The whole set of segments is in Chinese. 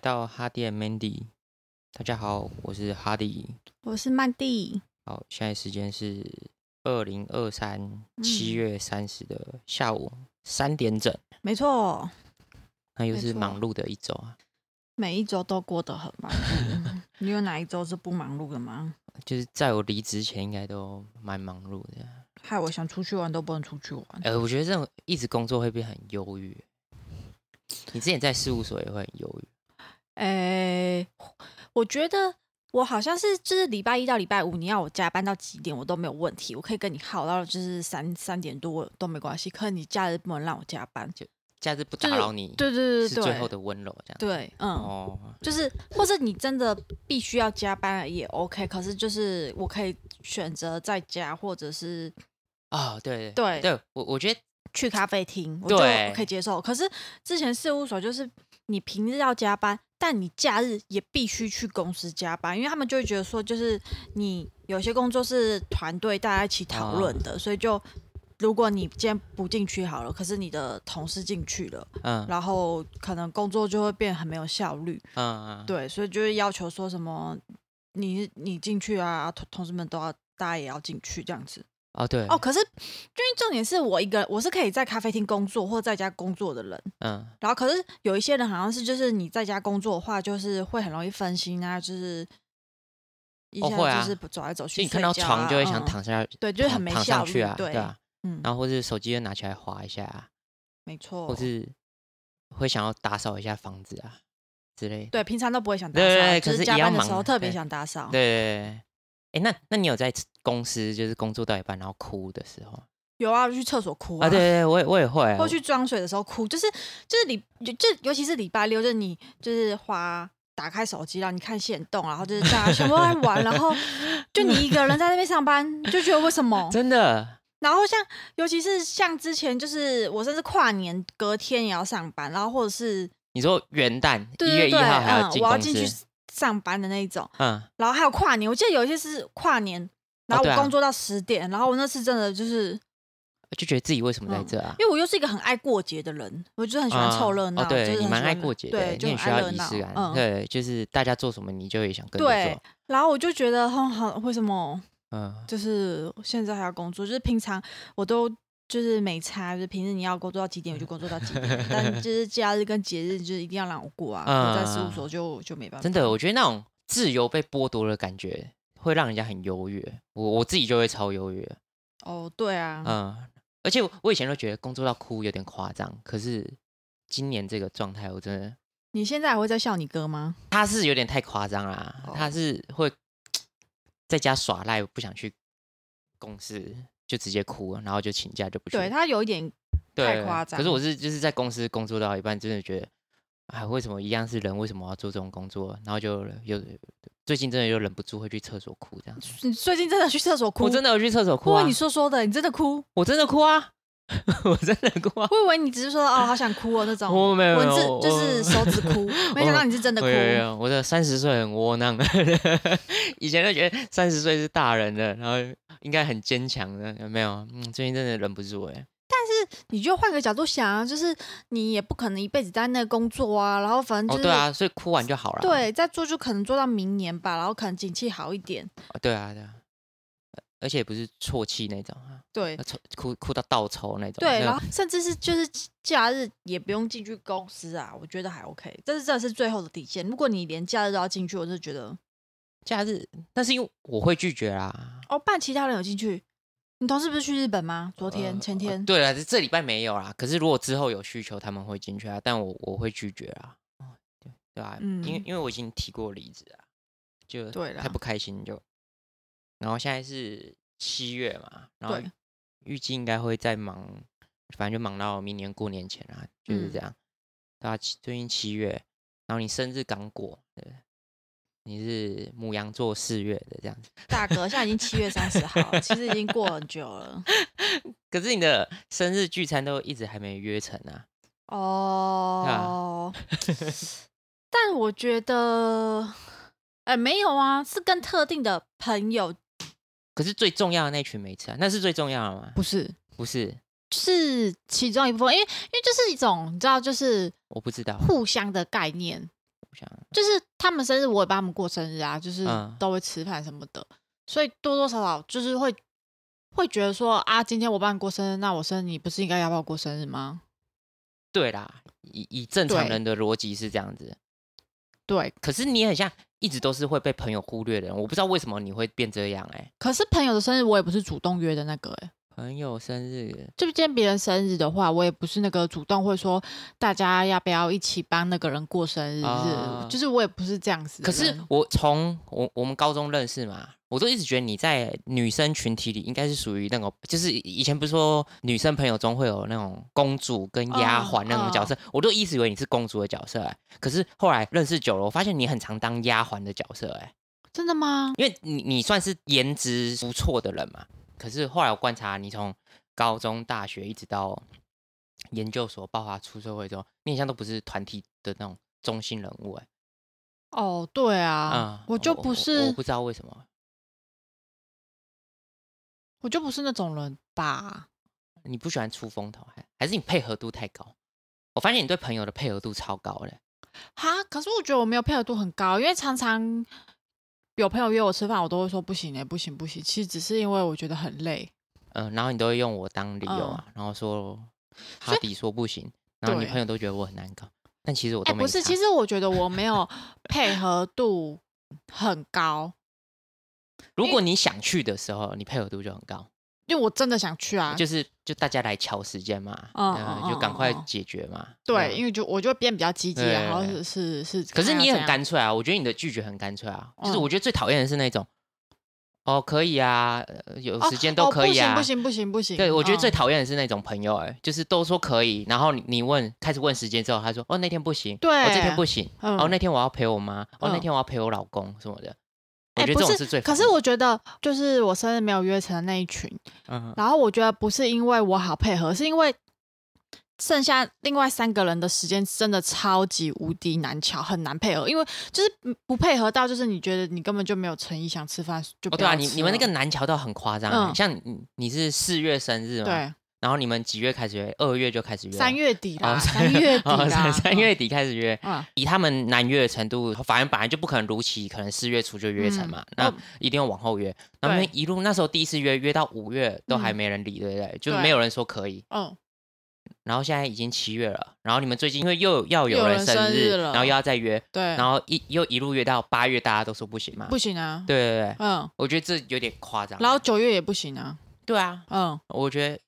到哈迪 and Mandy，大家好，我是哈迪。我是曼蒂，好，现在时间是二零二三七嗯月三十的下午三点整，没错，那又没是错忙碌的一周啊，每一周都过得很忙 碌。你有哪一周是不忙碌的吗？就是在我离职前应该都蛮忙碌的。害我想出去玩都不能出去玩。呃，我觉得这种一直工作会变很忧郁。你之前在事务所也会很忧郁，诶、我觉得我好像是就是礼拜一到礼拜五，你要我加班到几点我都没有问题，我可以跟你耗到就是三三点多都没关系。可是你假日不能让我加班。假日不就打是扰你，对对对是最后对对，的温柔这样。对，嗯，哦，就是或是你真的必须要加班也 OK，可是就是我可以选择在家或者是哦，对对对，我我觉得去咖啡厅，我就对可以接受。可是之前事务所就是你平日要加班，但你假日也必须去公司加班，因为他们就会觉得说，就是你有些工作是团队大家一起讨论哦的，所以就如果你今天不进去好了，可是你的同事进去了，嗯然后可能工作就会变得很没有效率。嗯嗯，对，所以就是要求说什么你你进去啊，同同事们都要。大家也要进去这样子哦对哦，可是因为重点是我一个，我是可以在咖啡厅工作或在家工作的人，嗯然后可是有一些人好像是就是你在家工作的话，就是会很容易分心啊，就是一哦下会啊就是走来走去、就你看到床就会想、嗯，躺下，对，就是很躺没躺效上率，去啊，对，啊，嗯，然后或是手机就拿起来划一下啊，没错或，是会想要打扫一下房子啊之类的。对，哦平常都不会想打扫，对对对就可是是一加样班的忙时候啊特别对想打扫对，对对，哎，那那你有在公司就是工作到一半然后哭的时候有啊，去厕所哭啊？对对，对，我也我也会啊，或我去装水的时候哭，就是就是礼就就尤其是礼拜六，就是你就是花打开手机，然后你看线动，然后就是大家全部都在玩，然后就你一个人在那边上班，就觉得为 什么？真的然后像尤其是像之前，就是我甚至跨年隔天也要上班，然后或者是你说元旦对一月对一对，号还嗯要，进我要公进去司，上班的那一种，嗯，然后还有跨年，我记得有一些是跨年。然后对我啊工作到十点，然后我那次真的就是，就觉得自己为什么在嗯这啊？因为我又是一个很爱过节的人，我就是很喜欢啊凑热闹，哦，对就是你很蛮喜爱欢过节的，对，你就也很需爱要热仪闹式感，嗯，对，就是大家做什么你就也想跟着对做，然后我就觉得，哼，好，为什么嗯，就是现在还要工作？就是平常我都就是没差，就是平时你要工作到几点我就工作到几点，但 就是假日跟节日就是一定要让我过啊。嗯我在事务所就就没办法。真的，我觉得那种自由被剥夺的感觉会让人家很优越，我我自己就会超优越，哦，对啊，嗯，而且我我以前都觉得工作到哭有点夸张，可是今年这个状态我真的，你现在还会在笑你哥吗？他是有点太夸张啦，哦他是会在家耍赖，不想去公司就直接哭，然后就请假就不去，对他有一点，对，太夸张可是我是就是在公司工作到一半，真的觉得，哎，为什么一样是人，为什么要做这种工作？然后就有最近真的就忍不住会去厕所哭这样。你最近真的去厕所哭？我真的有去厕所哭我啊以为！你说说的，你真的哭？我真的哭啊！ 我真的哭啊！我以为你只是说哦，好想哭哦那 种。我没有没文有字啊我就是手指 哭，没想到你是真的哭有。有有，我的三十岁很窝囊， 以前就觉得三十岁是大人了，然后应该很坚强的，有没有？嗯，最近真的忍不住哎、你就换个角度想啊，就是你也不可能一辈子在那个工作啊，然后反哦，正就是、对啊，所以哭完就好了。对，再做就可能做到明年吧，然后可能景气好一点。哦对啊，对啊，而且也不是啜泣那种啊，对抽哭哭到倒抽那种。对，那个然后甚至是就是假日也不用进去公司啊，我觉得还 OK。但是这是最后的底线，如果你连假日都要进去，我就觉得假日，但是因为我会拒绝啦。哦，办其他人有进去。你同事不是去日本吗？昨天、呃前天、对了，这礼拜没有啦。可是如果之后有需求，他们会进去啊，但我我会拒绝啦。哦对对啊，因为嗯因为我已经提过离职啊，就对啦太不开心就。然后现在是七月嘛，然后对预计应该会再忙，反正就忙到明年过年前啊，就是嗯这样。对啊，七最近七月，然后你生日刚过，对，你是母羊座四月的这样子。大哥，现在已经七月三十号了，其实已经过很久了。可是你的生日聚餐都一直还没约成啊。哦，但我觉得，哎、没有啊，是跟特定的朋友，可是最重要的那群没吃啊，那是最重要的吗？不是，不是，是其中一部分，因为因为就是一种你知道，就是啊我不知道，互相的概念。想想就是他们生日，我也帮他们过生日啊，就是嗯都会吃饭什么的，所以多多少少就是会会觉得说啊，今天我帮你过生日，那我生日你不是应该要帮我过生日吗？对啦，以以正常对人的逻辑是这样子，对，可是你很像一直都是会被朋友忽略的人，我不知道为什么你会变这样哎、可是朋友的生日我也不是主动约的那个、欸，朋友生日，就今天别人生日的话，我也不是那个主动会说大家要不要一起帮那个人过生日，啊是就是我也不是这样子的可人。是我从我我们高中认识嘛，我都一直觉得你在女生群体里应该是属于那种，就是以前不是说女生朋友中会有那种公主跟丫鬟那种角色，我都一直以为你是公主的角色、哎。可是后来认识久了，我发现你很常当丫鬟的角色、哎，真的吗？因为你你算是颜值不错的人嘛。可是后来我观察你从高中、大学一直到研究所爆发出社会之后，你好像都不是团体的那种中心人物、哎，哦，对啊，啊，我就不是我我我不知道为什么。就不是那种人吧？你不喜欢出风头，还还是你配合度太高？我发现你对朋友的配合度超高嘞。哈，可是我觉得我没有配合度很高，因为常常有朋友约我吃饭，我都会说不行哎、不行不行。其实只是因为我觉得很累，嗯，然后你都会用我当理由啊，然后说哈迪说不行，然后你嗯对朋友都觉得我很难搞，但其实我哎、都没差。不是，其实我觉得我没有配合度很高，如果你想去的时候，你配合度就很高，因为我真的想去啊，就是就大家来抢时间嘛，嗯嗯嗯就赶快嗯嗯解决嘛。对，嗯因为就我就会变比较积极，对然后是是是，可是看要你也怎很样干脆啊，我觉得你的拒绝很干脆啊，就是嗯我觉得最讨厌的是那种，哦可以啊，呃有哦时间都可以啊，哦不行不行不行不行，对，我觉得最嗯讨厌的是那种朋友、哎、就是都说可以，然后你你问开始问时间之后，他说哦那天不行，对哦这天不行，嗯哦那天我要陪我妈，哦那嗯天我要陪我老公什么的。我哎觉得不这种是是最可烦的，是我觉得，就是我生日没有约成的那一群，嗯，然后我觉得不是因为我好配合，是因为剩下另外三个人的时间真的超级无敌难巧，很难配合，因为就是不配合到，就是你觉得你根本就没有诚意想吃饭，哦就不对要啊，吃你你们那个了南桥倒很夸张、哎嗯像你你是四月生日嘛，，对然后你们几月开始约？二月就开始约了，三月底啦，哦三月底哦啦，三三月底开始约。嗯。嗯以他们难约的程度，反正本来就不可能如期，可能四月初就约成嘛，那哦一定要往后约。那么对一路那时候第一次约约到五月都还嗯没人理，对不对？就是对没有人说可以。嗯，然后现在已经七月了，然后你们最近因为又要有又有人人生生日，日了然后又要再约，对，然后一又一路约到八月，大家都说不行嘛。不行啊，对对对，嗯，我觉得这有点夸张。然后九月也不行啊，对啊，嗯我觉得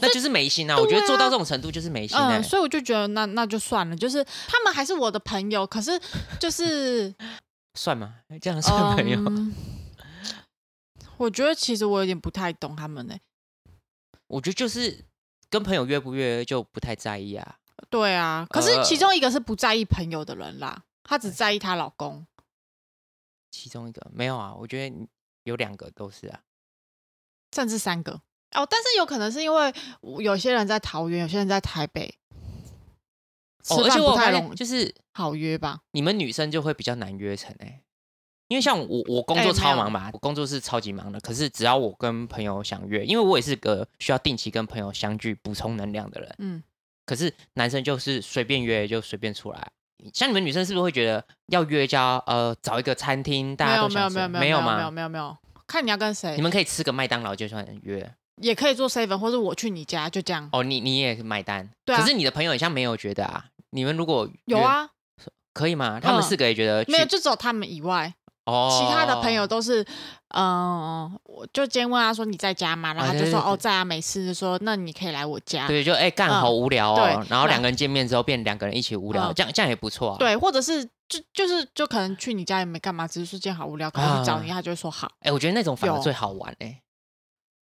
那就是没心啊。我觉得做到这种程度就是没心哎、嗯，所以我就觉得那那就算了，就是他们还是我的朋友，可是就是 算吗？ 这样算朋友？嗯我觉得其实我有点不太懂他们 呢、欸我觉得就是跟朋友约不约就不太在意啊。对啊，可是呃其中一个是不在意朋友的人啦，她只在意她老公。其中一个没有啊，我觉得有两个都是啊。甚至三个哦。但是有可能是因为我有些人在桃园，有些人在台北，吃哦，而饭且不我太发容现就是好约吧？你们女生就会比较难约成哎、因为像我，我工作哎超没有忙嘛，我工作是超级忙的。可是只要我跟朋友想约，因为我也是个需要定期跟朋友相聚补充能量的人。嗯，可是男生就是随便约就随便出来，啊像你们女生是不是会觉得要约交呃找一个餐厅大没家有都没想有吃没有没有没有没有吗？没有没有，看你要跟你谁，们可以吃个麦当劳就算约也可以做 seven 或者我去你家，就这样。哦，你你也买单。对啊可是你的朋友好像没有觉得啊，你们如果有约啊，可以吗？他们嗯四个也觉得去没有就只有他们以外，哦，其他的朋友都是，嗯、我就今天问他说你在家吗？然后他就对说、对对哦在啊，没事。就说那你可以来我家，对，就哎干、嗯好无聊哦对。然后那两个人见面之后变两个人一起无聊，嗯这样这样也不错啊。，对，或者是就就是就可能去你家也没干嘛，只是说今天好无聊，可能去找你，他就会说好。哎、我觉得那种反而有最好玩哎、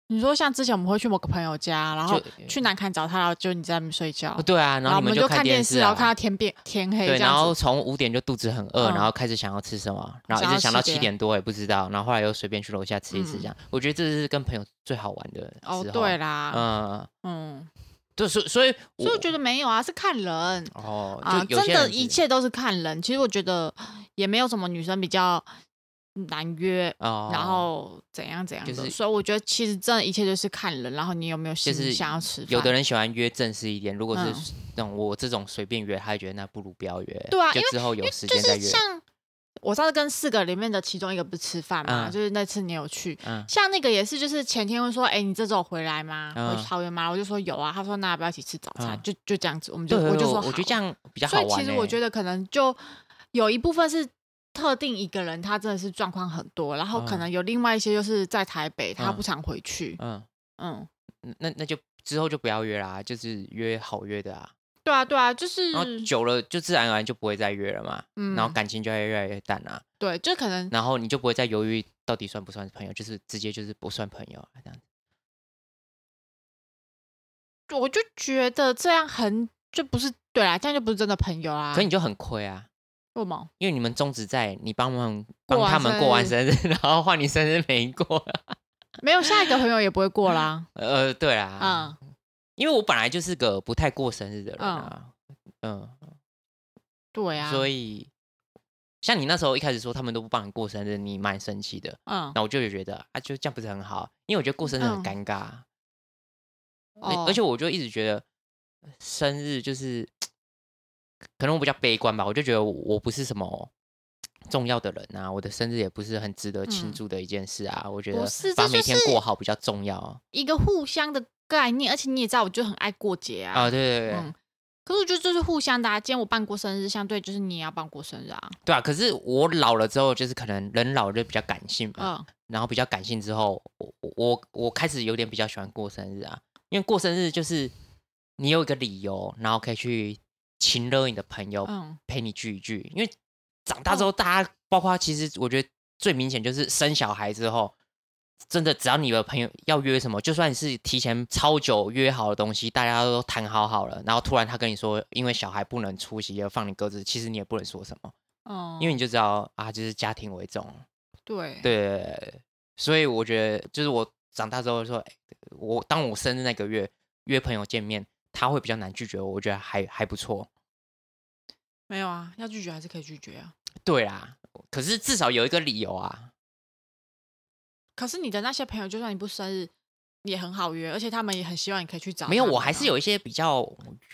你说像之前我们会去某个朋友家，然后就去南坎找他，然后就你在那边睡觉，哦对啊，然然后后你我们们就看看电视，视啊，然后看到天变天黑对，这然样后子。从五点就肚子很饿，嗯然后开始想要吃什么，然后一想直要想到七吃点点多也不知道，然后后来又随便去楼下吃一吃嗯这样。我觉得这是跟朋友最好玩的时候。哦，对啦，嗯，嗯，就所以所以所以我觉得没有啊，是看人。哦，啊，就有真些的，人一是切都是看人。其实我觉得也没有什么女生比较难约，哦，然后怎样怎样的。就是所以我觉得其实真的一切就是看人，然后你有没有心就是想要吃饭。有的人喜欢约正式一点，如果嗯是那种我这种随便约，他会觉得那不如不要约，对啊就因为之后有时间再就是约。像我上次跟四个里面的其中一个不是吃饭嘛，嗯就是那次你有去。嗯，像那个也是，就是前天会说，哎、你这周有回来吗？嗯回桃园吗？我就说有啊。他说那要不要一起吃早餐？嗯就就这样子，我们就对，我就说我觉得好这样比较好所以玩欸。其实我觉得可能就有一部分是特定一个人，他真的是状况很多，然后可嗯能有另外一些就是在台北，他嗯不常回去。嗯，嗯，那那就之后就不要约啦，就是约好约的啊。对啊，对啊，就是然后久了就自然而然就不会再约了嘛，嗯，然后感情就会越来越淡啦、对，就可能然后你就不会再犹豫到底算不算朋友，就是直接就是不算朋友啊这样子。我就觉得这样很就不是对啦，这样就不是真的朋友啦。可你就很亏啊，为什么？因为你们宗旨在你帮忙过帮完他们生过完日生日， 然后换你生日没过。没有下一个朋友也不会 过啦。呃，对啦，嗯，因为我本来就是个不太过生日的人啊，嗯，对啊，所以以像你那时候一开始说他们都不帮你过生日，你蛮生气的，嗯，那我就觉得啊，就这样不是很好，因为我觉得过生日很嗯尴尬啊，而哦而且我就一直觉得生日就是，可能我比较悲观吧，我就觉得我我不是什么重要的人啊，我的生日也不是很值得庆嗯祝的一件事啊，我觉不得是把这就每天是过好比较重要啊，一个互相的概念，而且你也知道，我就很爱过节啊。啊对对对对嗯，可是我觉得就是互相的、啊。今天我办过生日，相对就是你也要办过生日啊。对啊，可是我老了之后，就是可能人老了就比较感性嘛，嗯，然后比较感性之后，我我我我开始有点比较喜欢过生日啊，因为过生日就是你有一个理由，然后可以去亲热你的朋友，嗯，陪你聚一聚。因为长大之后，大家包括其实我觉得最明显就是生小孩之后，真的只要你的朋友要约什么，就算是提前超久约好的东西，大家都谈好好了，然后突然他跟你说因为小孩不能出席而放你鸽子，其实你也不能说什么，哦，因为你就知道啊，就是家庭为重。对对对，对对所以我觉得就是我长大之后说，哎我当我生日那个月约朋友见面，他会比较难拒绝我，我觉得还还不错。没有啊，要拒绝还是可以拒绝啊。对啦，可是至少有一个理由啊。可是你的那些朋友，就算你不生日，也很好约，而且他们也很希望你可以去找他没们有，啊。我还是有一些比较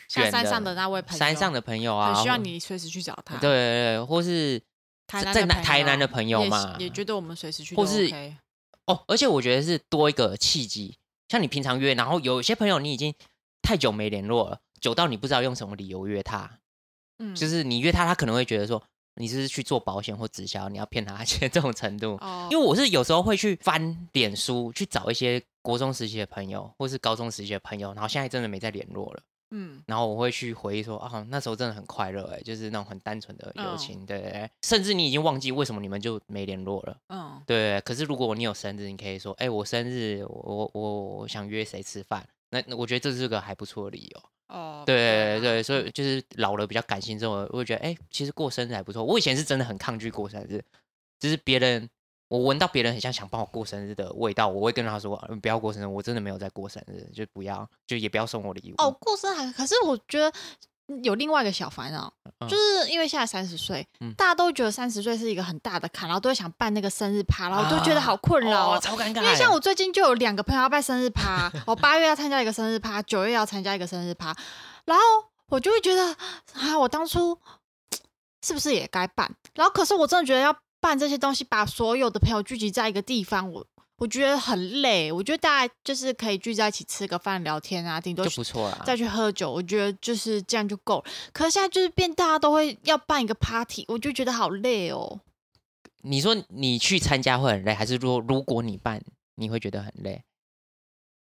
像远山上的那位朋友，山上的朋友啊，很希望或你随时去找他。对对对，或是台南在的那朋友啊台南的朋友也嘛也觉得我们随时去或都是 OK 哦，而且我觉得是多一个契机。像你平常约，然后有些朋友你已经太久没联络了，久到你不知道用什么理由约他，嗯，就是你约他，他可能会觉得说你是不是去做保险或直销，你要骗他钱这种程度。哦，因为为我是有时候会去翻脸书，去找一些国中时期的朋友，或是高中时期的朋友，然后现在真的没再联络了。嗯然后我会去回忆说，啊，那时候真的很快乐，哎，就是那种很单纯的友嗯情，对对对，甚至你已经忘记为什么你们就没联络了，嗯对对对可是如果你有生日，你可以说，哎，我生日，我我我想约谁吃饭，那那我觉得这是个还不错的理由，哦，对对对啊对，所以就是老了比较感性之后，我会觉得，哎，其实过生日还不错。我以前是真的很抗拒过生日，就是别人。我闻到别人很像想帮我过生日的味道，我会跟他说：“嗯不要过生日，我真的没有在过生日，就不要，就也不要送我礼物。”哦，过生日还可是我觉得有另外一个小烦恼，嗯就是因为现在三十岁嗯，大家都觉得三十岁是一个很大的坎，然后都会想办那个生日趴，然后都觉得啊好困扰哦哦。超尴尬的。因为像我最近就有两个朋友要办生日趴， 我八月要参加一个生日趴，九月要参加一个生日趴，然后我就会觉得啊，我当初是不是也该办？然后可是我真的觉得要办这些东西，把所有的朋友聚集在一个地方，我我觉得很累。我觉得大家就是可以聚在一起吃个饭、聊天啊，顶多就不错啦。再去喝酒，我觉得就是这样就够了。可是现在就是变大家都会要办一个 party，我就觉得好累哦。你说你去参加会很累，还是说如果你办，你会觉得很累？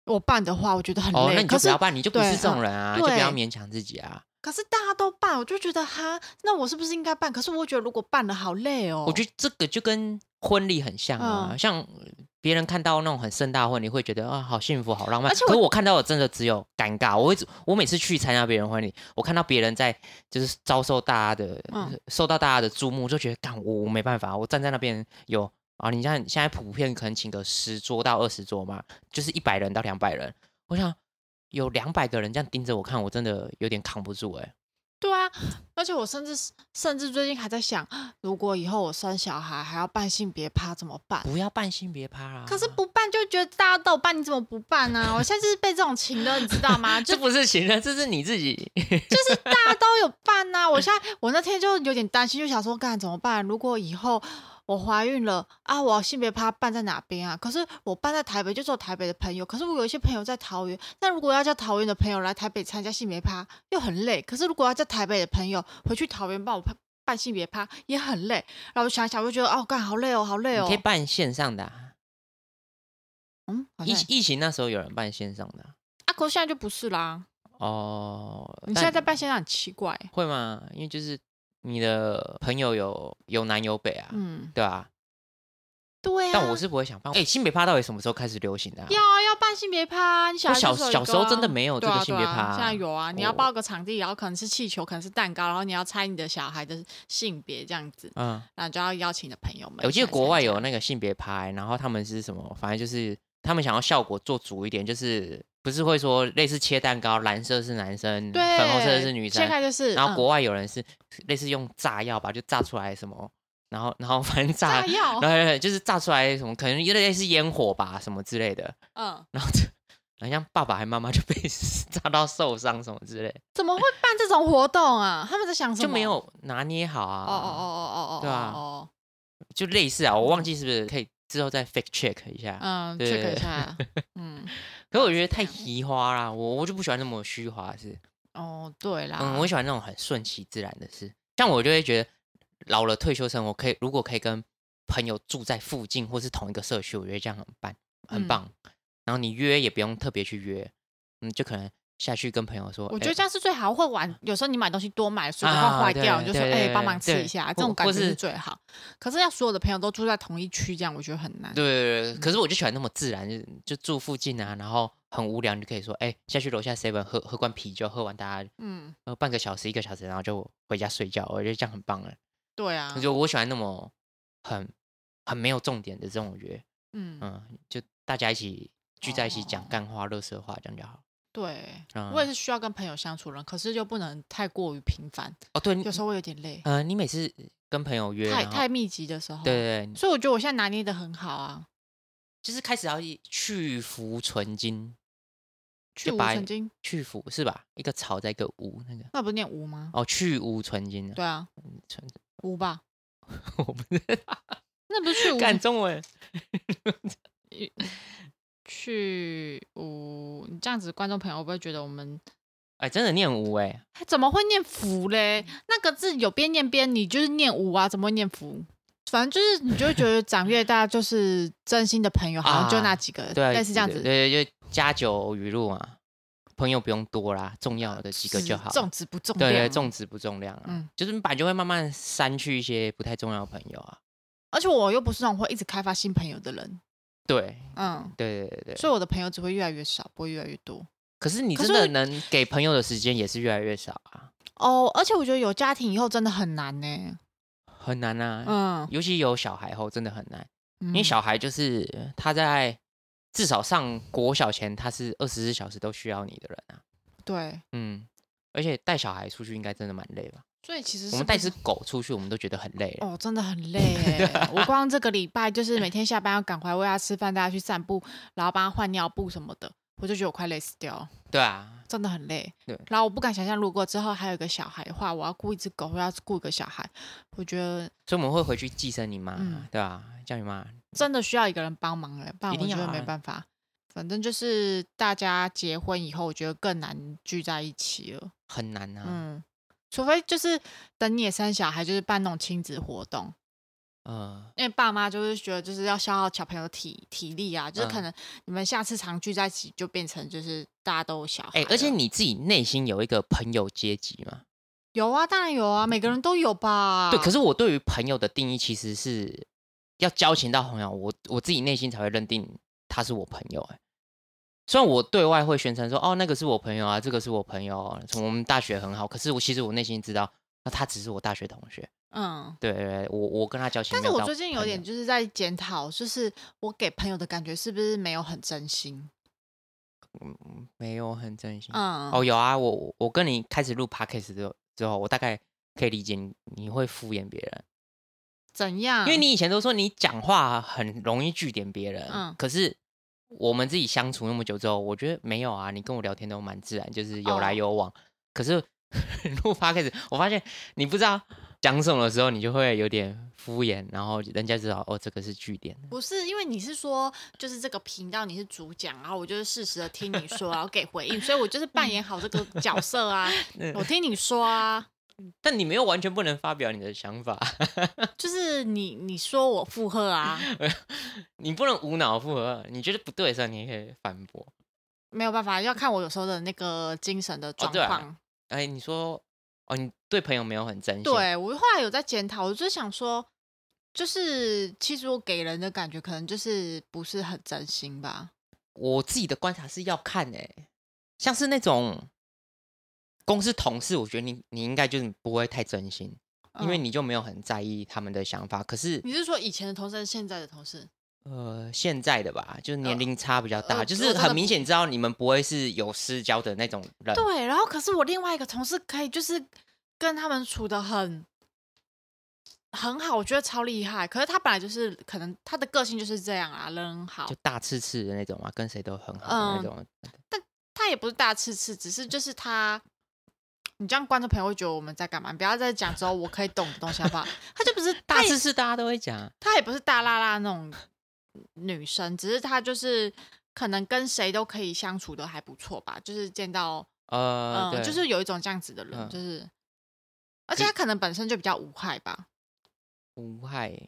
我办的话，我觉得很累。哦，那你就可不是要办，你就不对是这种人啊，嗯就不要对勉强自己啊。可是大家都办，我就觉得哈，那我是不是应该办？可是我觉得如果办了好累哦。我觉得这个就跟婚礼很像啊，嗯像别人看到那种很盛大的婚礼，会觉得啊好幸福、好浪漫。而且可我是我看到的真的只有尴尬。我会我每次去参加别人婚礼，我看到别人在就是遭受大家的、嗯受到大家的注目，就觉得干我我没办法，我站在那边有。啊，你像现在普遍可能请个十桌到二十桌嘛，就是一百人到两百人。我想有两百个人这样盯着我看，我真的有点扛不住哎、对啊，而且我甚至是甚至最近还在想，如果以后我生小孩还要办性别趴怎么办？不要办啊性别趴啦。可是不办就觉得大家都有办，你怎么不办呢、我现在就是被这种情的，你知道吗？就这不是情人，这是你自己。就是大家都有办呐、我现在我那天就有点担心，就想说干怎么办？如果以后我怀孕了啊，我性别趴办在哪边啊？可是我办在台北，就只有台北的朋友。可是我有一些朋友在桃园，那如果要叫桃园的朋友来台北参加性别趴，又很累。可是如果要叫台北的朋友回去桃园帮我办办性别趴，也很累。然后我想一想，我就觉得哦，干好累哦，好累你哦可以。办线上的、啊，嗯，好疫像疫情那时候有人办线上的啊、啊，可是现在就不是啦。哦。你现在在但办现在很奇怪。会吗？因为就是你的朋友有有南有北啊，嗯，对啊。对啊。但我是不会想办。哎、新北趴到底什么时候开始流行的、啊？要啊，要办性别趴啊！你小我孩小就说小有时个候啊真的没有这对个啊性对别啊趴现在有啊，你要哦包个场地，然后可能是气球，可能是蛋糕，然后你要猜你的小孩的性别这样子，嗯，然后就要邀请你的朋友们一起来参加。我记得国外有那个性别趴、然后他们是什么？反正就是他们想要效果做足一点，就是不是会说类似切蛋糕，蓝色是男生，对，粉红色是女生现，在就是，然后嗯国外有人是类似用炸药吧，就炸出来什么，然后然后反正炸，炸药，然后就是炸出来什么，可能有点类似烟火吧，什么之类的， 嗯，然后就。好像爸爸还妈妈就被 炸到受伤什么之类，怎么会办这种活动啊？他们在想什么？就没有拿捏好啊。哦。哦哦哦哦哦，对啊哦，就类似啊，我忘记是不是可以之后再 fact check 一下。嗯，对 check 一下，嗯，可我觉得太这样移花啦，我我就不喜欢那么虚华的事。哦，对啦，嗯，我喜欢那种很顺其自然的事。像我就会觉得老了退休生活可以，如果可以跟朋友住在附近或是同一个社区，我觉得这样很棒，很嗯棒。然后你约也不用特别去约，嗯，就可能下去跟朋友说，我哎觉得这样是最好，或玩有时候你买东西多买，水果啊快坏掉，对你就说对哎对帮忙吃对一下，或这种感或觉是是最好。可是要所有的朋友都住在同一区，这样我觉得很难。对对对对，嗯可是我就喜欢那么自然，就就住附近啊，然后很无聊，你就可以说，哎、下去楼下 seven 喝喝罐啤酒，喝完大家嗯，呃半个小时一个小时，然后就回家睡觉，我觉得这样很棒哎。对啊我，就我喜欢那么很很没有重点的这种约，嗯，嗯，就大家一起聚在一起讲哦干话、乐色话，这样就好。对，嗯我也是需要跟朋友相处的人，可是又不能太过于频繁，哦，对，你有时候会有点累，呃，你每次跟朋友约，太然后太密集的时候。啊对，对对，所以我觉得我现在拿捏的很好啊，就是开始要一去浮存精，去无把曾经，去浮是吧？一个草在一个无那个那不是念无吗？哦，去无存精啊，对啊，存 无吧，我不是那不是去无干中文，去无？你这样子，观众朋友会不会觉得我们哎，真的念无哎，哎怎么会念福嘞？那个字有边念边，你就是念无啊，怎么会念福？反正就是你就会觉得长越大，就是真心的朋友好像就那几个，对啊，呃类似这样子，对对，就加酒语录嘛，朋友不用多啦，重要的几个就好，重质不重对量对，重质不重量啊，嗯就是你本来就会慢慢删去一些不太重要的朋友啊。而且我又不是那种会一直开发新朋友的人，对，嗯，对对对对。所以我的朋友只会越来越少，不会越来越多。可是你可真是的我能给朋友的时间也是越来越少啊，哦，而且我觉得有家庭以后真的很难呢、很难啊。嗯，尤其有小孩后，真的很难，因因为小孩就是他在至少上国小前，他是二十四小时都需要你的人啊。对，嗯，而且带小孩出去应该真的蛮累吧？所以其实是我们带不是只狗出去，我们都觉得很累了。哦，真的很 累啊欸。我光这个礼拜就是每天下班要赶回来喂它吃饭，带它去散步，然后帮它换尿布什么的，我就觉得我快累死掉了，对啊，真的很累。对然后我不敢想象，如果之后还有一个小孩的话，我要雇一只狗，或要雇一个小孩，我觉得所以我们会回去寄生你妈，嗯对啊，叫你妈真的需要一个人帮忙了，不然一我定觉要得啊没办法。反正就是大家结婚以后，我觉得更难聚在一起了。很难啊。嗯，除非就是等你也生小孩，就是办那种亲子活动，呃，因为爸妈就是觉得就是要消耗小朋友体体力啊，就是可嗯能你们下次常聚在一起，就变成就是大家都有小孩了。哎、而且你自己内心有一个朋友阶级嘛？有啊，当然有啊，每个人都有吧。对，可是是我对于朋友的定义其实是要交情到朋友，我我自己内心才会认定他是我朋友、哎，虽然我对外会宣称说哦，那个是我朋友啊，这个是我朋友、啊，从我们大学很好，可是我其实我内心知道，那他只是我大学同学。嗯，对对对，我我跟他交情但没是到朋我友。最近有点就是在检讨，就是我给朋友的感觉是不是没有很真心？没有很真心。嗯，嗯哦哦，有啊，我我跟你开始录 podcast 之后之后，我大概可以理解你，你会敷衍别人，怎样？因为你以前都说你讲话很容易据点别人，嗯可是我们自己相处那么久之后，我觉得没有啊，你跟我聊天都蛮自然，就是有来哦有往。可是 录 p 开始，我发现你不知道讲什么的时候，你就会有点敷衍，然后人家知道哦，这个是据点。不是，因为你是说，就是这个频道你是主讲，然后我就是适时的听你说，然后给回应，所以我就是扮演好这个角色 啊，嗯我听你说啊，但你没有完全不能发表你的想法， 就是你你说我附和啊，你不能无脑附和，你觉得不对的时候，你也可以反驳。没有办法，要看我有时候的那个精神的状对啊况。哎，你说哦，你对朋友没有很真心，对我后来有在检讨，我就想说，就是其实我给人的感觉可能就是不是很真心吧。我自己的观察是要看哎、像是那种公司同事，我觉得你你应该就是不会太真心，因为嗯你就没有很在意他们的想法。可是你是说以前的同事，现在的同事？呃，现在的吧，就是年呃龄差比较大，嗯呃就我是真的很明不显知道你们不会是有私交的那种人。对，然后可是我另外一个同事可以就是跟他们处的很很好，我觉得超厉害。可是他本来就是可能他的个性就是这样啊，人很好就，大刺刺的那种嘛，跟谁都很好的那嗯种。他也不是大刺刺，只是就是他。你这样观众朋友会觉得我们在干嘛？你不要再讲之后我可以懂的东西好不 好？他就不是大他也刺刺大家都会讲，她也不是大辣辣那种女生，只是她就是可能跟谁都可以相处的还不错吧，就是见到呃，嗯、对就是有一种这样子的人，嗯就是而且她可能本身就比较无害吧，无害。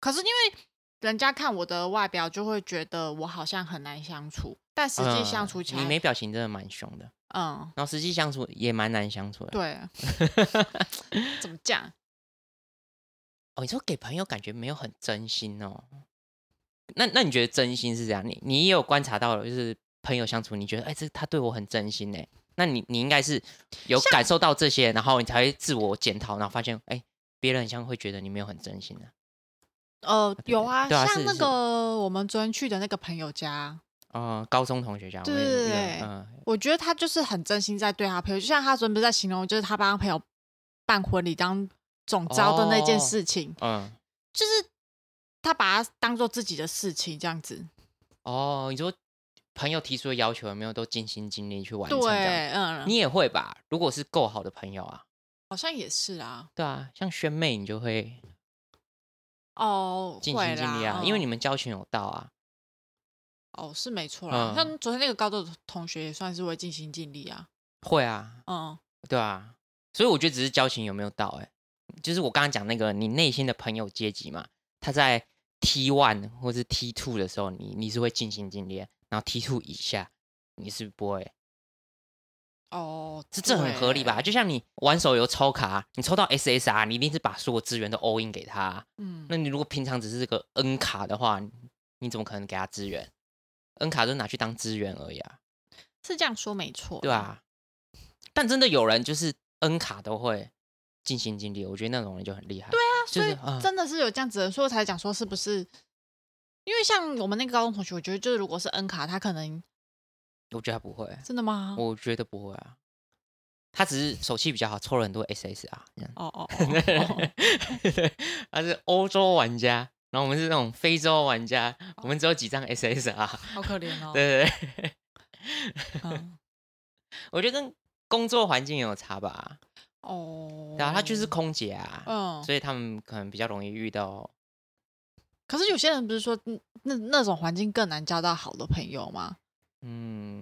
可是因为人家看我的外表就会觉得我好像很难相处，但实际相呃处起你没来，表情真的蛮凶的，嗯，然后实际相处也蛮难相处的。对， 怎么讲？哦，你说给朋友感觉没有很真心哦？那那你觉得真心是这样？你你也有观察到了，就是朋友相处，你觉得哎，这他对我很真心哎，那你你应该是有感受到这些，然后你才会自我检讨，然后发现哎，别人好像会觉得你没有很真心啊。呃，有啊，对啊是像那是个我们昨天去的那个朋友家，哦，高中同学讲，我对也对有对嗯，我觉得他就是很真心在对他朋友，就像他昨天不是在形容，就是他帮他朋友办婚礼当总招的那件事情，嗯，就是他把它当做自己的事情这样子。哦，你说朋友提出的要求有没有都尽心尽力去完成？这样，对，嗯，你也会吧？如果是够好的朋友啊，好像也是啊，对啊，像萱妹你就会哦，尽会心尽力啦啊，因为嗯你们交情有道啊。哦是没错啦，嗯像昨天那个高中同学也算是会尽心尽力啊，会啊，嗯，对啊，所以我觉得只是交情有没有到、欸，就是我刚刚讲那个你内心的朋友阶级嘛，他在 T one 或是 T two 的时候，你你是会尽心尽力，啊然后 T two 以下你是不会，哦，这这很合理吧？对？就像你玩手游抽卡，啊你抽到 SSR，你一定是把所有资源都 all in 给他啊、嗯，那你如果平常只是个 N 卡的话，你你怎么可能给他资源？N 卡都拿去当资源而已啊，是这样说没错，对，啊。但真的有人就是 N 卡都会尽心尽力，我觉得那种人就很厉害。对啊，就所是以嗯真的是有这样子的人，所以我才讲说是不是？因为像我们那个高中同学，我觉得就是如果是 N 卡，他 可能我觉得他不会，真的吗？哦我觉得不会啊。他只是手气比较好，抽了很多 SSR 这样。哦哦哦，对， 他是欧洲玩家，然后我们是那种非洲玩家，我们只有几张 SSR。好可怜 哦。对对对， 嗯，我觉得跟工作环境也有差吧。哦，对啊，他就是空姐啊，嗯，所以他们可能比较容易遇到。可是有些人不是说嗯那那种环境更难交到好的朋友吗？嗯，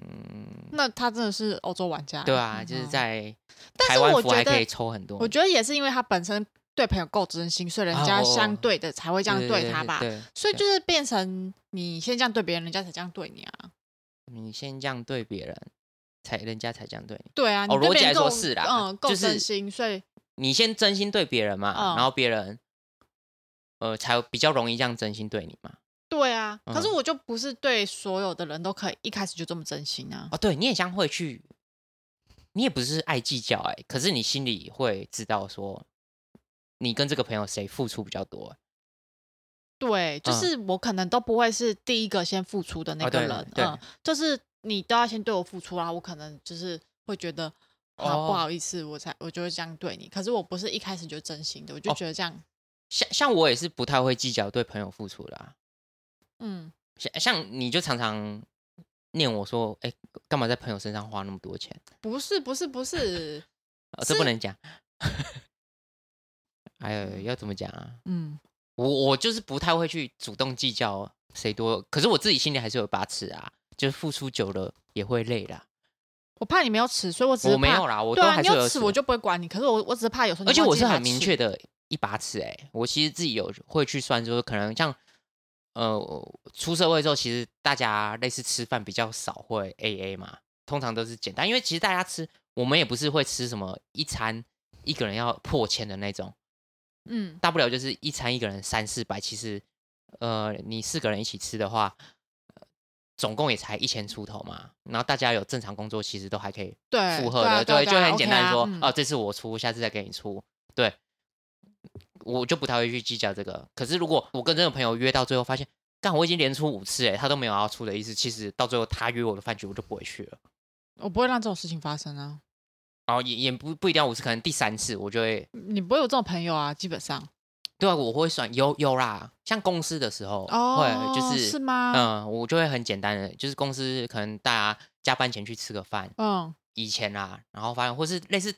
那他真的是欧洲玩家，对啊，嗯就是哼。在但台是湾我服觉还可得以抽很多，我觉得也是因为他本身对朋友够真心，所以人啊家哦相对的才会这样对他吧。对对所以就是变成你先这样对别人，人家才这样对你啊。你先这样对别人，才人家才这样对你。对啊，你哦对逻辑别来人说够是啦嗯，够就是真心，所以你先真心对别人嘛，嗯然后别人呃才比较容易这样真心对你嘛。对啊，可是嗯我就不是对所有的人都可以一开始就这么真心啊。哦，对，你也将会去，你也不是爱计较哎、可是你心里会知道说，你跟这个朋友谁付出比较多、对，就嗯是我可能都不会是第一个先付出的那哦个对人，对嗯，就是你都要先对我付出啊，我可能就是会觉得怕哦不好意思，我才我就会这样对你。可是我不是一开始就真心的，我就哦觉得这样，像像我也是不太会计较对朋友付出的、啊，嗯，像像你就常常念我说，哎、干嘛在朋友身上花那么多钱？不是不是不 是，呃这不是能讲。哎呦，要怎么讲啊？嗯，我我就是不太会去主动计较谁多，可是我自己心里还是有把尺啊，就是付出久了也会累啦。我怕你没有尺，所以我只是我没怕有啦，我对都啊，还你是有有尺尺我就不会管你。可是我我只是怕有时候你而且忘我记是拿很明尺确，的一把尺哎、我其实自己有会去算，说可能像呃出社会之后，其实大家类似吃饭比较少会 A A 嘛，通常都是简单，因为其实大家吃我们也不是会吃什么一餐一个人要破千的那种，嗯，大不了就是一餐一个人三四百，其实呃你四个人一起吃的话。呃总共也才一千出头嘛，然后大家有正常工作，其实都还可以对，负荷对啊的，对啊对，就对啊很简 OK 单啊说，嗯哦，这次我出，下次再给你出，对，我就不太会去计较这个。可是如果我跟这个朋友约到最后，发现，干，我已经连出五次，哎，他都没有要出的意思，其实到最后他约我的饭局，我就不会去了。我不会让这种事情发生啊。然后也也不不一定要五次，可能第三次我就会，你不会有这种朋友啊，基本上对啊，我会算有有啦，像公司的时候，哦，会就是吗？嗯，我就会很简单的，就是公司可能大家加班前去吃个饭，嗯以前啊，然后发现或是类似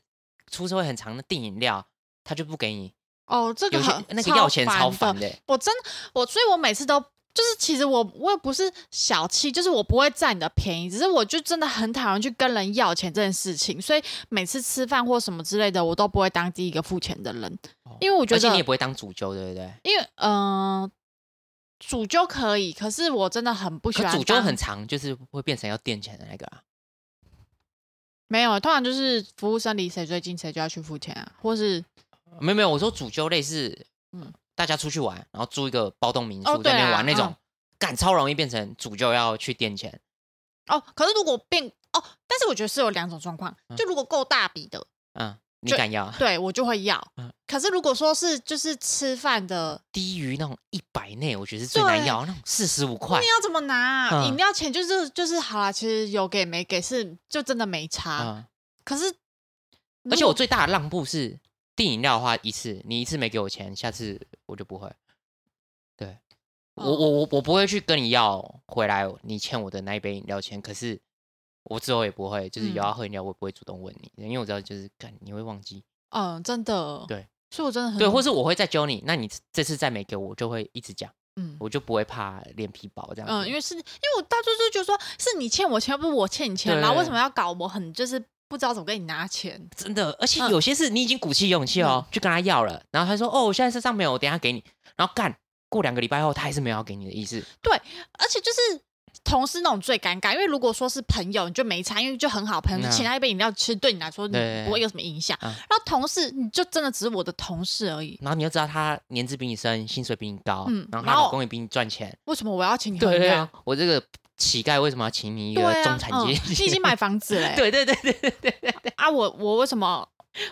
出社会很长的订饮料，他就不给你。哦，这有个些很那个要钱超烦烦的。的、我真我，所以我每次都就是，其实我我也不是小气，就是我不会占你的便宜，只是我就真的很讨厌去跟人要钱这件事情，所以每次吃饭或什么之类的，我都不会当第一个付钱的人，因为我觉而且得你也不会当主揪，对不对？因为嗯、呃，主就可以，可是啊我真的很不喜可欢主揪当很长，就是会变成要垫钱的那个、啊。没有，通常就是服务生离谁最近，谁就要去付钱啊，或是没有没有，我说主揪类似，嗯嗯，大家出去玩，然后租一个包栋民哦宿在那对啊边玩那种嗯，干、超容易变成主揪要去垫钱。哦，可是如果变哦，但是我觉得是有两种状况，就如果够大笔的，嗯，你就敢要？ 对我就会要嗯。可是如果说是就是吃饭的，低于那种一百内，我觉得是最难对要，那种四十五块你。要怎么拿啊、嗯饮料钱就是就是好啦，其实有给没给是就真的没差。嗯，可是而且我如果最大的让步是订饮料的话，一次你一次没给我钱，下次我就不会。对，我哦我我我不会去跟你要回来你欠我的那一杯饮料钱，可是我之后也不会，就是有嗯要喝饮料，我也不会主动问你，因为我知道就是干你会忘记，嗯，真的对，所以我真的很对，或是我会再揪你，那你这次再没给我，我就会一直讲，嗯。我就不会怕脸皮薄这样子。嗯，因为是因为我到处就觉得说是你欠我钱，又不是我欠你钱，对然后为什么要搞我很就是不知道怎么跟你拿钱？真的，而且嗯有些事你已经鼓起勇气哦，去跟他要了，然后他说哦，我现在身上没有，我等一下给你，然后干过两个礼拜后他还是没有要给你的意思，而且就是同事那种最尴尬，因为如果说是朋友，你就没差，因为就很好朋友，嗯啊你请他一杯饮料，其实对你来说你对不会有什么影响。嗯然后同事，你就真的只是我的同事而已，然后你又知道他年资比你深，薪水比你高，嗯然后然他后老公也比你赚钱，为什么我要请你喝对饮对料啊？，我这个乞丐为什么要请你一对个啊，中产嗯阶你级？已经买房子嘞、 对对对对对对对，啊，我我为什么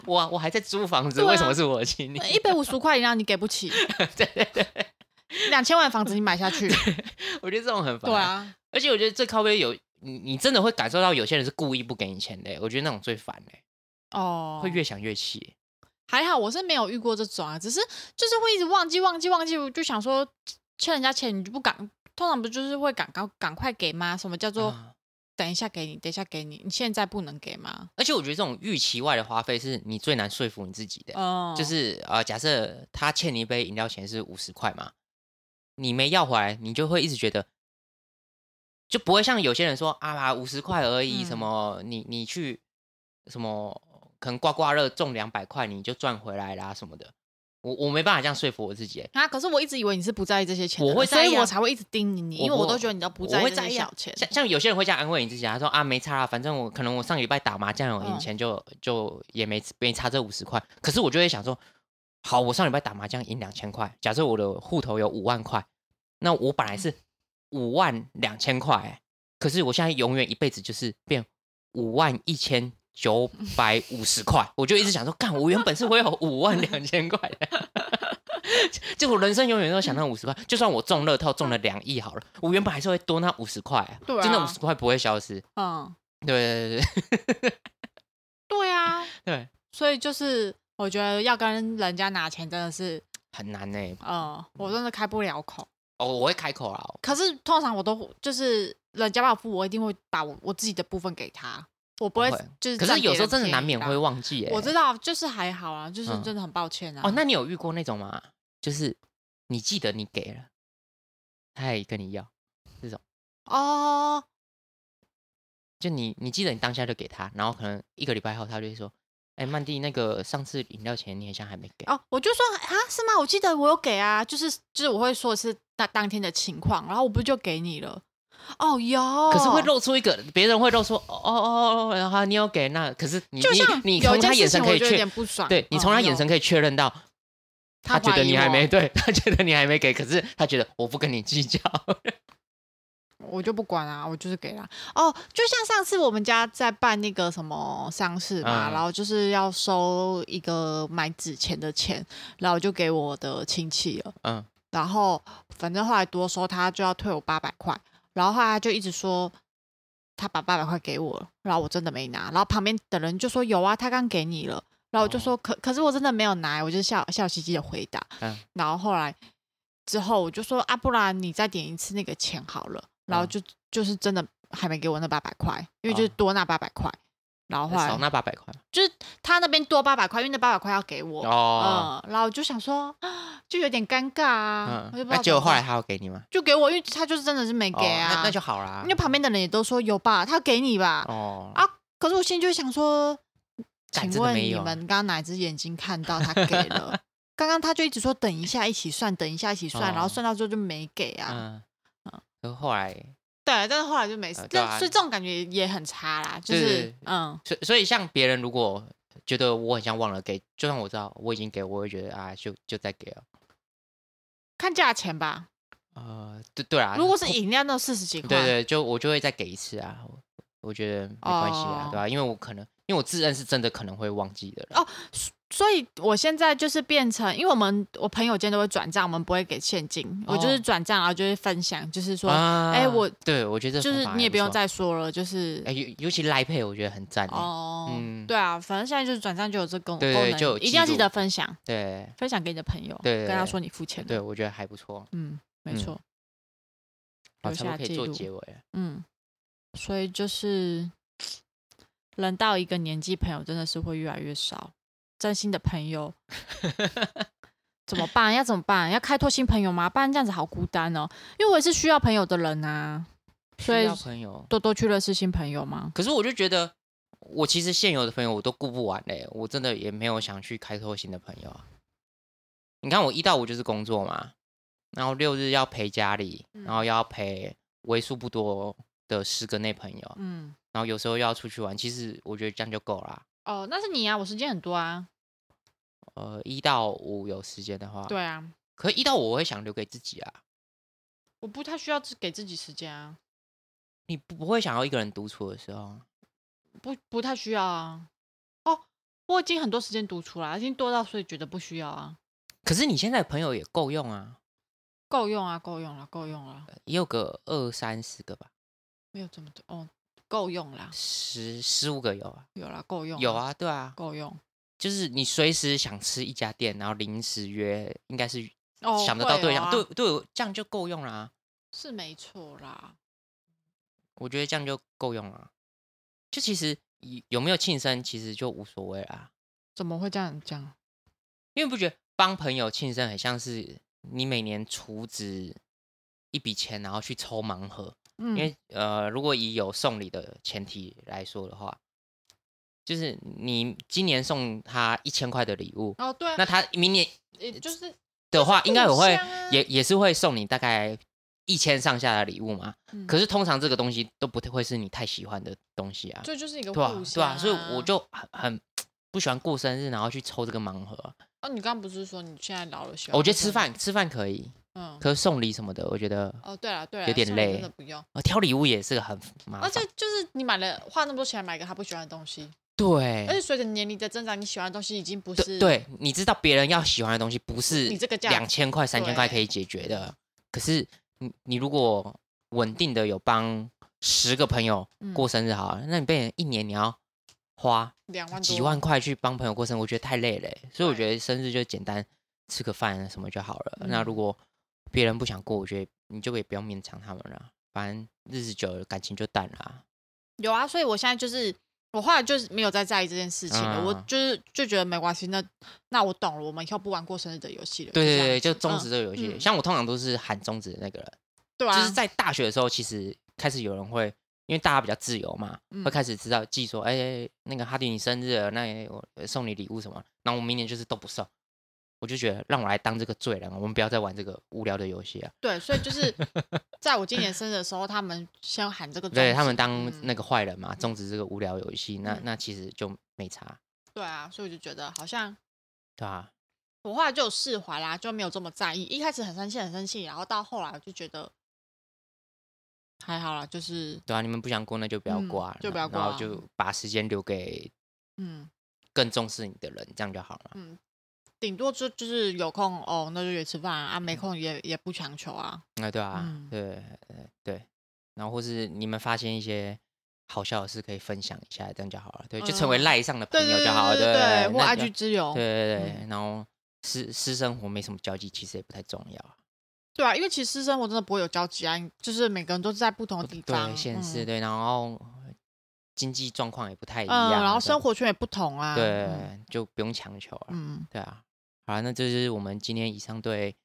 我我还在租房子，对啊为什么是我请 你？一百五十块饮料你给不起？ 对对对，两千万的房子你买下去？ 我觉得这种很烦。对，啊，而且我觉得最靠背有你，你真的会感受到有些人是故意不给你钱的，欸我觉得那种最烦嘞，哦，会越想越气。还好我是没有遇过这种啊，只是就是会一直忘记忘记忘记，我就想说欠人家钱你就不赶，通常不就是会赶赶赶快给吗？什么叫做啊等一下给你，等一下给你，你现在不能给吗？而且我觉得这种预期外的花费是你最难说服你自己的。欸哦就是呃，假设他欠你一杯饮料钱是五十块嘛，你没要回来，你就会一直觉得，就不会像有些人说啊，五十块而已，嗯什么你你去什么可能刮刮乐中两百块你就赚回来啦什么的，我我没办法这样说服我自己欸，啊，可是我一直以为你是不在意这些钱的人，我会在意啊所以我才会一直叮咛你，我因为我都觉得你都不在我意会这在些意啊小钱。像像有些人会这样安慰你自己啊，他说啊没差啦，反正我可能我上个礼拜打麻将有赢嗯钱就、就也没没差这五十块，可是我就会想说，好，我上礼拜打麻将赢两千块，假设我的户头有五万块，那我本来嗯是五万两千块、欸，可是我现在永远一辈子就是变五万一千。九百五十块，我就一直想说，干，我原本是会有五万两千块的，就我人生永远都想那五十块，就算我中乐透中了两亿好了，我原本还是会多那五十块、欸，对啊就那五十块不会消失。嗯，对对对对，对啊，对，所以就是我觉得要跟人家拿钱真的是，很难呢、呃，我真的开不了口。哦，我会开口啦，可是通常我都就是人家把我付，我一定会把我我自己的部分给他，我不会我哦会就是。可是有时候真的难免会。忘记耶、我知道，就是还好啊，就是嗯真的很抱歉啊。哦，那你有遇过那种吗？就是你记得你给了，他还跟你要，哦，就你你记得你当下就给他，然后可能一个礼拜后他就会说，哎、曼蒂，那个上次饮料钱你好像还没给。哦，我就说啊，是吗？我记得我有给啊，就是就是我会说是那当天的情况，然后我不就给你了？哦，有，可是会露出一个，别人会露出哦哦哦哦，然后你有给那，可是你就像你你有从一他件眼事神情，可我以就有确点，不爽。对你嗯从他眼有神可以确认到，他他觉怀得疑你还我没，对他觉得你还没给，可是他觉得我不跟你计较，我就不管啊，我就是给啦。哦，就像上次我们家在办那个什么丧事嘛，嗯然后就是要收一个买纸钱的钱，然后我就给我的亲戚了。 嗯，然后反正后来多收他就要退我八百块，然后后来他就一直说他把八百块给我了，然后我真的没拿，然后旁边的人就说有啊，他刚给你了，然后我就说、可可是我真的没有拿，我就笑笑嘻嘻的回答，哦嗯然后后来之后我就说啊，不然你再点一次那个钱好了，然后嗯就、就是真的还没给我那八百块，因为就是哦哎多那八百块，然后后少来那八百块嘛就是他那边多八百块，因为那八百块要给我。哦，嗯，然后我就想说， 啊就有点尴尬啊，嗯我就，不知那道结怎果么后来办还要给你吗？就给我，因为他就是真的是没哦给啊，那那就好啦因为。旁边的人也都说有吧，他给你吧，哦啊可是我心里就会想说，干请真的问没你有啊们刚刚哪只眼睛看到他给 了？刚刚他就一直说等一下一起算，等一下一起算，然后哦算到最后就没给啊。嗯，可后来，对，啊但是后来就没事呃，对但、啊所以这种感觉也很差啦，就是是嗯，所以所以像别人如果觉得我很像忘了给，就算我知道我已经给，我会觉得啊，就就再给了。看价钱吧。呃，对对啊，如果是饮料，那四十几块，对对，就我就会再给一次啊，我我觉得没关系啊，哦对吧、因为我可能，因为我自认是真的可能会忘记的人。哦所以我现在就是变成，因为我们我朋友间都会转账，我们不会给现金，我就是哦转账，然后就是分享，就是说，啊哎我对我觉得这就是方法你也还不用错，再说了，就是哎，尤尤其赖配，我觉得很赞欸。哦，嗯对啊，反正现在就是转账就有这功对功对能，就有一定要记记得录分享，对分享给你的朋友，对跟他对说你付钱了，对，我觉得还不错，嗯，没嗯错，好，留差不下多可以记做录结尾了。嗯，所以就是人到一个年纪，朋友真的是会越来越少，真心的朋 友怎么办？要怎么办？要开拓新朋友吗？不然这样子好孤单哦，因为我也是需要朋友的人啊，所需以要朋友，多多去认识新朋友嘛。可是我就觉得，我其实现有的朋友我都顾不完嘞、我真的也没有想去开拓新的朋友啊。你看，我一到五就是工作嘛，然后六日要陪家里，然嗯后要陪为数不多的十个内朋友，嗯，然后有时候又要出去玩。其实我觉得这样就够啦。哦，那是你啊，我时间很多啊，呃，一到五有时间的话，。对啊，可一到五我会想留给自己啊，我不太需要自给自己时间啊，你不不会想要一个人独处的时候，不不太需要啊。哦，我已经很多时间独处了，已经多到所以觉得不需要啊，可是你现在朋友也够用啊，够用啊，够用了，够用了。也有个二三十个吧，没有这么多哦，够用啦，十十五个有啊，有啦，够用，有，啊，对啊，够用。就是你随时想吃一家店，然后临时约，应该是哦，想得到会对有象，啊对对，我这样就够用啦、是没错啦。我觉得这样就够用啦、就其实有有没有庆生，其实就无所谓啦，怎么会这样讲？因为不觉得帮朋友庆生很像是你每年储值一笔钱，然后去抽盲盒，嗯，因为呃，如果以有送礼的前提来说的话，就是你今年送他一千块的礼物，哦对啊，那他明年也就是的话，应该也会互相啊也也是会送你大概一千上下的礼物嘛。嗯可是通常这个东西都不太会是你太喜欢的东西啊，这就是一个对吧互？对相啊吧？所以我就很很不喜欢过生日，然后去抽这个盲盒啊。哦，你刚刚不是说你现在老了喜欢？哦我觉得吃饭，吃饭可以，嗯，可是送礼什么的，我觉得哦对了对了，有点送礼累真的不用。呃挑礼物也是个很麻而烦且。哦就是你买了花那么多钱买一个他不喜欢的东西，而对且随着年龄的增长，你喜欢的东西已经不哎对是对，你知道别人要喜欢的东西不是你这个价两千块、三千块可以解决的，可是你你如果稳定的有帮十个朋友嗯过生日好了，那你变成一年你要花两万多几万块去帮朋友过生日，我觉得太累了欸、所以我对觉得生日就简单吃个饭啊什么就好了。那嗯如果别人不想过，我觉得你就也不要勉强他们了，反正日子久了感情就淡了啊。有啊，所以我现在就是我后来就是没有再在意这件事情了，嗯我就是就觉得没关系，那那我懂了，我们以后不玩过生日的游戏了。对这对样对，就子终嗯止这个游戏。嗯像我通常都是喊终止的那个人，对就啊，是在大学的时候，其实开始有人会，因为大家比较自由嘛，嗯会开始知道记说，哎、那个哈迪你生日了，那我送你礼物什么，那我明年就是都不送。我就觉得让我来当这个罪人，我们不要再玩这个无聊的游戏啊！对，所以就是在我今年生日的时候，他们先喊这个，嗯对他们当那个个，坏人嘛，终止这个无聊游戏，那嗯那其实就没差，对啊，所以我就觉得好像对啊吧？我后来就有释怀啦，就没有这么在意。一开始很生气，很生气，然后到后来我就觉得还好啦，就是对啊，你们不想过那就不要嗯过啊，就不要过然啊后就把时间留给嗯更重视你的人，这样就好了。嗯，顶多就就是有空哦，那就约吃饭嗯啊，啊没空也也不强求啊。啊，对啊，嗯对呃对，然后或是你们发现一些好笑的事，可以分享一下，这样就好了。对，就成为嗯赖上的朋对友对就好了。对对对，或嗯那 IG 之友，对对对，然后私私生活没什么交集，其实也不太重要啊。对啊，因为其实私生活真的不会有交集啊，就是每个人都是在不同的地方，对，现实嗯对，然后经济状况也不太一样嗯，啊，然后对生活圈也不同啊，对嗯，就不用强求了。嗯，对啊，好啦，那这就是我们今天以上对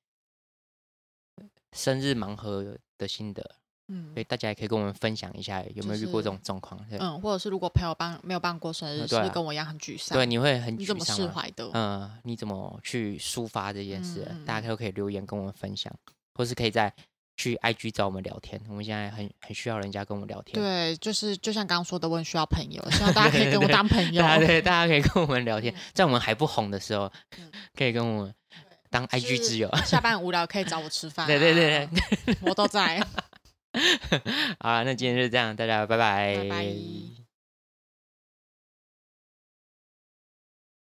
生日盲盒的心得，嗯所以大家也可以跟我们分享一下有没有遇过就是这种状况。对。嗯，或者是如果朋友帮没有办过生日，呃是对不啊是跟我一样很沮丧？对，，你会很你沮怎么丧释吗怀的？嗯，你怎么去抒发这件事？嗯嗯大家都可以留言跟我们分享，或是可以在去 IG 找我们聊天。我们现在很很需要人家跟我们聊天。对，就是就像刚刚说的，我很需要朋友，希望大家可以跟我当朋友。大 家对大家可以跟我们聊天，在我们还不红的时候嗯，可以跟我们当 IG 就是之 友。下班很无聊可以找我吃饭、啊对对对，我都在。 好啦，那今天就这样，大家拜哎拜拜。